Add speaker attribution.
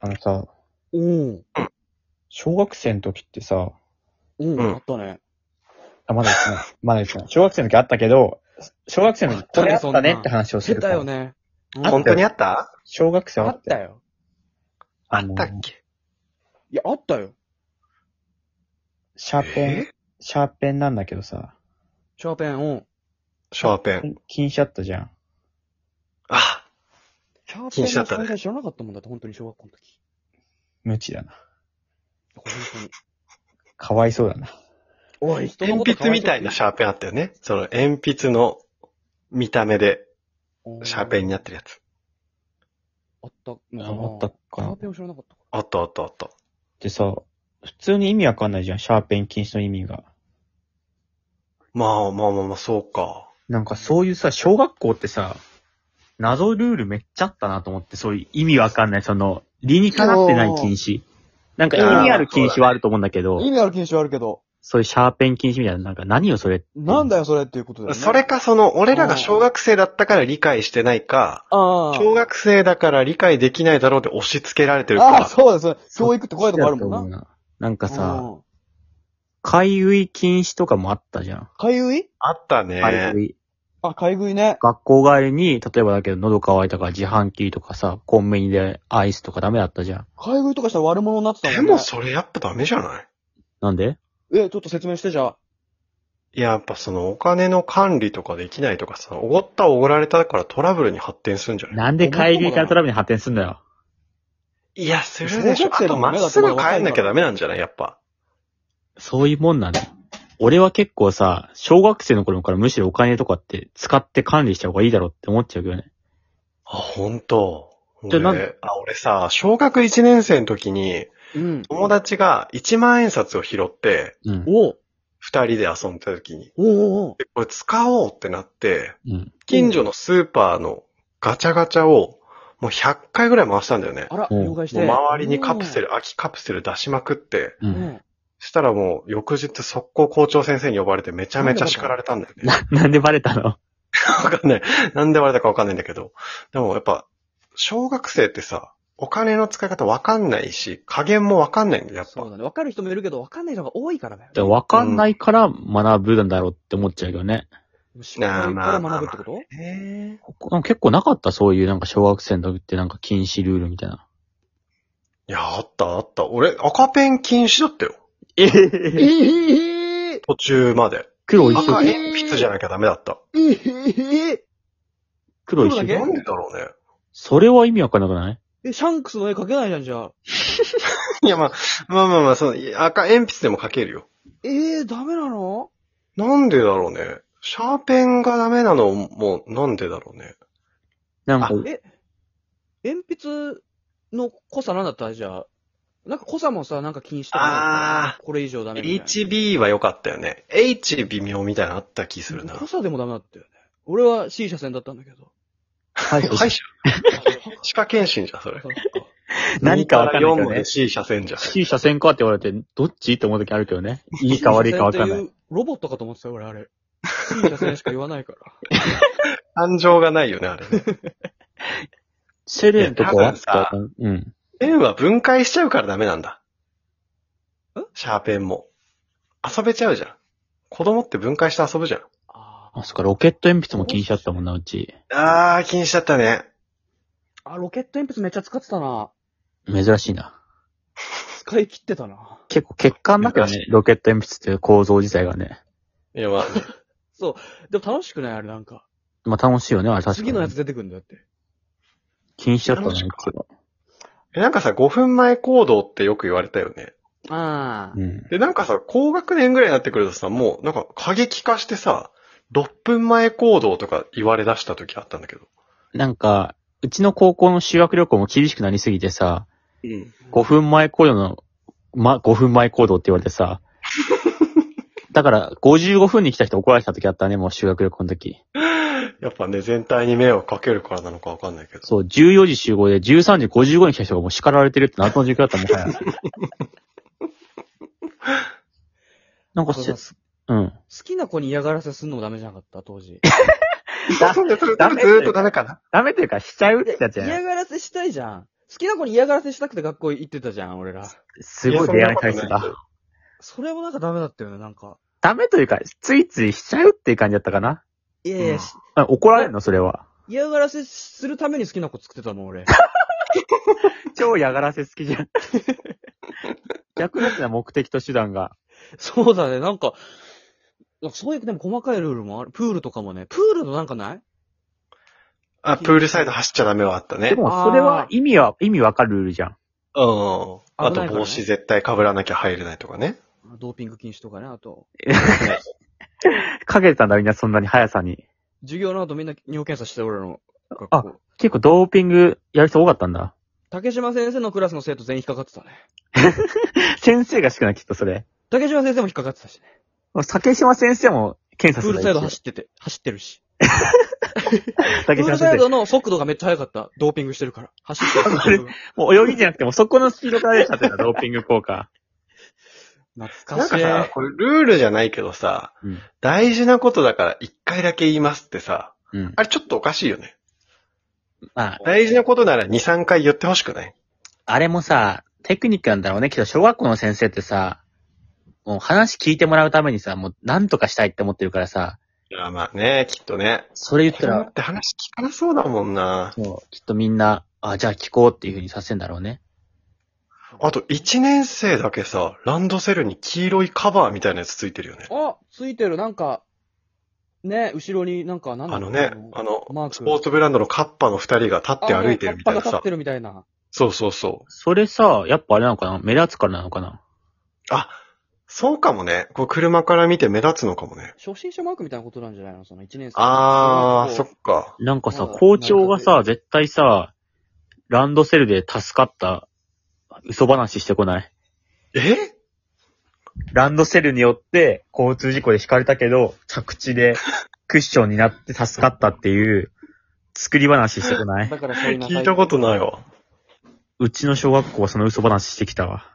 Speaker 1: あのさ、
Speaker 2: うん。
Speaker 1: 小学生の時ってさ、
Speaker 2: うん。
Speaker 3: うん
Speaker 2: あったね。
Speaker 1: あ、まだ言ってない。 まだ言ってない。小学生の時あったけど、小学生の時これあったねって話をす
Speaker 2: 出
Speaker 1: るか
Speaker 2: た
Speaker 1: ら。
Speaker 2: よね。
Speaker 1: あ
Speaker 3: 本当にあった
Speaker 1: 小学生
Speaker 2: あ
Speaker 1: はあ
Speaker 2: っ
Speaker 1: った
Speaker 2: た
Speaker 1: よ。
Speaker 2: よ。
Speaker 3: あ
Speaker 1: あ
Speaker 3: っ
Speaker 1: の
Speaker 3: たっけ
Speaker 2: いや、あったよ。
Speaker 1: シャーペン、シャーペンなんだけどさ、
Speaker 2: シャーペン、うん。
Speaker 3: シャーペン。
Speaker 1: 禁止あったじゃん。
Speaker 3: あ、
Speaker 2: シャー
Speaker 3: 禁
Speaker 2: ペン
Speaker 3: 止だ
Speaker 2: の
Speaker 3: ったね
Speaker 2: 存在知らなかったもんだって、本当に小学校の時。
Speaker 1: 無知だな。
Speaker 2: 本当に。
Speaker 1: かわいそうだな。
Speaker 2: おい、人のこと
Speaker 3: 鉛筆みたいなシャーペンあったよね。その鉛筆の見た目でシャーペンにな
Speaker 2: っ
Speaker 3: ってるやつ。
Speaker 2: あったの
Speaker 1: ああった
Speaker 2: か
Speaker 1: か
Speaker 2: な。シャーペンを知らなかったか
Speaker 3: あったあったあった。
Speaker 1: でさ、普通に意味わかんないじゃん、シャーペン禁止の意味が。
Speaker 3: まあまあまあまあ、そうか。
Speaker 1: なんかそういうさ、小学校ってさ、謎ルールめっちゃあったなと思って、そういう意味わかんない、その、理にかなってない禁止。なんか意味ある禁止はあると思うんだけど
Speaker 2: ら。、意味ある禁止はあるけど、
Speaker 1: そういうシャーペン禁止みたいな、なんか何をそれ。
Speaker 2: なんだ
Speaker 1: よ。
Speaker 2: よ、それっていうことだよね。
Speaker 3: それかその、俺らが小学生だったから理解してないか、
Speaker 2: ああ。
Speaker 3: 小学生だから理解できないだろうって押し付けられてる
Speaker 2: ああ、
Speaker 3: か
Speaker 2: そうだ、そうだ。教育って怖いとこあるもんな。
Speaker 1: な。なんかさ、
Speaker 2: うん、
Speaker 1: 海運禁止とかもあったじゃん。
Speaker 2: かゆい
Speaker 3: ら。あった
Speaker 1: 海
Speaker 3: ね。
Speaker 1: 運
Speaker 2: あ、かゆいね。
Speaker 1: 学校帰りに、例えばだけど喉乾いたから自販機とかさ、コンビニでアイスとかダメだったじゃん。
Speaker 2: かゆいとかしたら悪者になってたもん
Speaker 3: で
Speaker 2: ね。
Speaker 3: もそれやっぱダメじゃない
Speaker 1: なんで
Speaker 2: え、ちょっと説明して、じゃあ。
Speaker 3: いや、やっぱそのお金の管理とかできないとかさ、おごったおごられたからトラブルに発展するんじゃない
Speaker 1: なんで海運からトラブルに発展すんだよ。
Speaker 3: いや、するでしょ。
Speaker 2: 小
Speaker 3: あ
Speaker 2: 学生の
Speaker 3: と
Speaker 2: 方が
Speaker 3: ま
Speaker 2: ね
Speaker 3: っすぐ帰んなきゃダメなんじゃないやっぱ。
Speaker 1: そういうもんなの。俺は結構さ、小学生の頃からむしろお金とかって使って管理した方がいいだろうって思っちゃうけどね。
Speaker 3: あ、本当。
Speaker 1: じゃあなん
Speaker 3: 俺、あ、俺さ、小学1年生の時に、
Speaker 2: うん。
Speaker 3: 友達が1万円札を拾って、
Speaker 1: うん。
Speaker 2: おう
Speaker 3: 二人で遊んだ時に、
Speaker 2: おうおうおう
Speaker 3: でこれ使おうってなって、
Speaker 1: うん。
Speaker 3: 近所のスーパーのガチャガチャを、もう100回ぐらい回したんだよね。
Speaker 2: あら、
Speaker 1: うん
Speaker 2: 了解して。
Speaker 3: もう周りにカプセル、空きカプセル出しまくって、
Speaker 1: う。
Speaker 2: うんん。
Speaker 3: したらもう翌日速攻校長先生に呼ばれてめちゃめちゃ叱られたんだよね。
Speaker 1: なんでバレたの
Speaker 3: わかんない。なんで割れたかわかんないんだけど。でもやっぱ、小学生ってさ、お金の使い方わかんないし、加減もわかんないんだよ、やっ
Speaker 2: そう
Speaker 3: ぱ。
Speaker 2: だね。わかる人もいるけど、わかんない人が多いからだよね。
Speaker 1: でもわかんないから学ぶんだろうって思っちゃうけどね。
Speaker 2: 失敗から学ぶってこと
Speaker 3: へ
Speaker 1: ここなんか結構なかったそういうなんか小学生の時ってなんか禁止ルールみたいな。
Speaker 3: いや、あった、あった。俺、赤ペン禁止だったよ。
Speaker 1: ええ
Speaker 2: えええ
Speaker 3: 途中まで。
Speaker 1: 黒一色
Speaker 3: 赤
Speaker 2: え、
Speaker 3: 鉛筆じゃなきゃダメだった。
Speaker 2: えええ
Speaker 1: 黒一
Speaker 2: え
Speaker 3: な
Speaker 1: 色
Speaker 3: ん。でだろうね。
Speaker 1: それは意味わかんなくない
Speaker 2: え、シャンクスの絵描けないじゃん、じゃあ。
Speaker 3: いや、まあ、まあまあまあ、その、赤鉛筆でも書けるよ。
Speaker 2: ええダメなの
Speaker 3: なんでだろうね。シャーペンがダメなのも、なんでだろうね。
Speaker 1: なんか、
Speaker 2: え、鉛筆の濃さなんだったじゃあ。なんか濃さもさ、なんか気にしてなかった
Speaker 3: あ
Speaker 2: これ以上ダメみたいな。
Speaker 3: HB は良かったよね。H 微妙みたいなのあった気するな。
Speaker 2: 濃さでもダメだったよね。俺は C 車線だったんだけど。
Speaker 1: はい
Speaker 3: 歯医者歯科検診じゃん、それ
Speaker 2: そ。うか
Speaker 1: 何かわかんないけ
Speaker 3: 4
Speaker 1: ど
Speaker 3: ま
Speaker 1: ね
Speaker 3: で。C 車線 じゃん。
Speaker 1: C 車線かって言われて、どっちって思う時あるけどね。いいか悪いかわかんない。。
Speaker 2: ロボットかと思ってたよ、俺、あれ。C 車線しか言わないから。
Speaker 3: 感情がないよね、あれね。
Speaker 1: セレンとかはあっ
Speaker 3: いや
Speaker 1: た
Speaker 3: 多
Speaker 1: うん。
Speaker 3: ペンは分解しちゃうからダメなんだ
Speaker 2: ん。
Speaker 3: シャーペンも。遊べちゃうじゃん。子供って分解して遊ぶじゃん。
Speaker 2: あ
Speaker 1: あ、そっか、ロケット鉛筆も禁止だったもんな、うち。
Speaker 3: あー、気にしちゃったね。
Speaker 2: あ、ロケット鉛筆めっちゃ使ってたな。
Speaker 1: 珍しいな。
Speaker 2: 使い切ってたな。
Speaker 1: 結構欠陥だけどね
Speaker 3: 珍、
Speaker 1: ロケット鉛筆っていう構造自体がね。
Speaker 3: いや、まあ、
Speaker 2: でも楽しくないあれなんか。
Speaker 1: まあ楽しいよね、あれ確かに。
Speaker 2: 次のやつ出てくるんだよって。
Speaker 1: 禁止だったのね、
Speaker 3: 楽しか
Speaker 1: うちは。
Speaker 3: えなんかさ、5分前行動ってよく言われたよね。
Speaker 2: ああ。
Speaker 1: うん。
Speaker 3: で、なんかさ、高学年ぐらいになってくるとさ、もう、なんか過激化してさ、6分前行動とか言われ出した時あったんだけど。
Speaker 1: なんか、うちの高校の修学旅行も厳しくなりすぎてさ、
Speaker 3: うん。
Speaker 1: 5分前行動の、ま、5分前行動って言われて さ、だから、55分に来た人怒られてた時あったね、もう修学旅行の時。
Speaker 3: やっぱね、全体に迷惑かけるからなのかわかんないけど。
Speaker 1: そう、14時集合で13時55分に来た人がもう叱られてるって謎の状況だったもん、 はや。なんか
Speaker 2: そう
Speaker 1: せ
Speaker 2: だ、す
Speaker 1: うん。
Speaker 2: 好きな子に嫌がらせすんのもダメじゃなかった、当時。
Speaker 3: そうそれそれ
Speaker 1: ダメだよ
Speaker 3: ずーっとダメかな。
Speaker 1: ダメというか、しちゃうってやつじゃない
Speaker 2: 嫌がらせしたいじゃん。好きな子に嫌がらせしたくて学校行ってたじゃん、俺ら。
Speaker 1: すごい出会い体質
Speaker 3: いやそんなことないです
Speaker 1: だ
Speaker 3: よ。
Speaker 2: それもなんかダメだったよね、なんか。
Speaker 1: ダメというか、ついついしちゃうっていう感じだったかな。
Speaker 2: いやいや、
Speaker 3: うん
Speaker 2: し
Speaker 1: あ怒られるのそれは。
Speaker 2: 嫌がらせするために好きな子作ってたも ん、俺。
Speaker 1: 超嫌がらせ好きじゃん。 逆だってな、目的と手段が。
Speaker 2: そうだね、なんか、なんかそういう、でも細かいルールもある。プールとかもね。プールのなんかない
Speaker 3: あ、プールサイド走っちゃダメはあったね。
Speaker 1: で
Speaker 3: うん。
Speaker 1: も、それ
Speaker 2: あ
Speaker 1: は
Speaker 2: ー
Speaker 1: 意味は、意味わかるルールじゃん。
Speaker 3: あ
Speaker 2: 危な
Speaker 3: と
Speaker 2: いからね
Speaker 3: 帽子絶対被らなきゃ入れないとかね。
Speaker 2: ドーピング禁止とかね、あと。
Speaker 1: かけてたんだ、みんなそんなに速さに。
Speaker 2: 授業の後みんな尿検査して、俺の学校。
Speaker 1: あ結構ドーピングやる人多かったんだ。
Speaker 2: 竹島先生のクラスの生徒全員引っかかってたね。
Speaker 1: 先生がしかない、きっとそれ。
Speaker 2: 竹島先生も引っかかってた しね。
Speaker 1: 竹島先生も検査
Speaker 2: プ
Speaker 1: す
Speaker 2: ー
Speaker 1: る
Speaker 2: ルサイド走ってて、走ってるし。プ
Speaker 1: 竹
Speaker 2: ール
Speaker 1: 島
Speaker 2: サイ
Speaker 1: 先
Speaker 2: ド
Speaker 1: 生。
Speaker 2: の速度がめっちゃ速かった。ドーピングしてるから。走って る。速度が
Speaker 1: もう泳ぎじゃなくても、そこのスピードから出ちゃってた、ドーピング効果。
Speaker 2: 懐
Speaker 3: なん
Speaker 2: か
Speaker 3: か
Speaker 2: しい。
Speaker 3: さ、これルールじゃないけどさ、
Speaker 1: うん
Speaker 3: 大事なことだから一回だけ言いますってさ、
Speaker 1: うん。
Speaker 3: あれちょっとおかしいよね。
Speaker 1: あ、
Speaker 3: 大事なことなら2、3回言ってほしくない
Speaker 1: あれもさ、テクニックなんだろうね。けど、小学校の先生ってさ、もう話聞いてもらうためにさ、もう何とかしたいって思ってるからさ、
Speaker 3: いや、まあね、きっとね。
Speaker 1: それ言った
Speaker 3: だ
Speaker 1: ら
Speaker 3: っ、て話聞かなそうだもんな。
Speaker 1: もう、きっとみんな、あ、じゃあ聞こうっていう風にさせんだろうね。
Speaker 3: あと1年生だけさ、ランドセルに黄色いカバーみたいなやつついてるよね。
Speaker 2: あ、ついてる、なんか、ね、後ろになんか、なんだ
Speaker 3: あ
Speaker 2: ろう
Speaker 3: のね、あの、
Speaker 2: マーク。
Speaker 3: スポーツブランドのカッパの2人が立って歩いてるみた
Speaker 2: あもう葉っぱ
Speaker 3: いな
Speaker 2: が立
Speaker 3: さ
Speaker 2: って。るみたいな。
Speaker 3: そうそうそう。
Speaker 1: それさ、やっぱあれなのかな目立つからなのかな
Speaker 3: あ、そうかもね。こう車から見て目立つのかもね。
Speaker 2: 初心者マークみたいなことなんじゃないのその1年生。
Speaker 3: あー、そ
Speaker 2: そ
Speaker 3: っか。
Speaker 1: なんかさ、
Speaker 2: まあ
Speaker 1: 校長が
Speaker 2: な
Speaker 1: さ、
Speaker 2: ん
Speaker 1: 絶対さ、ランドセルで助かった、嘘話してこない。
Speaker 3: え
Speaker 1: ランドセルによって、交通事故で引かれたけど、着地 でクッションになって助かったっていう、作り話 してこない
Speaker 2: だからそういう
Speaker 3: 聞いたことないわ。
Speaker 1: うちの小学校はその嘘話してきたわ。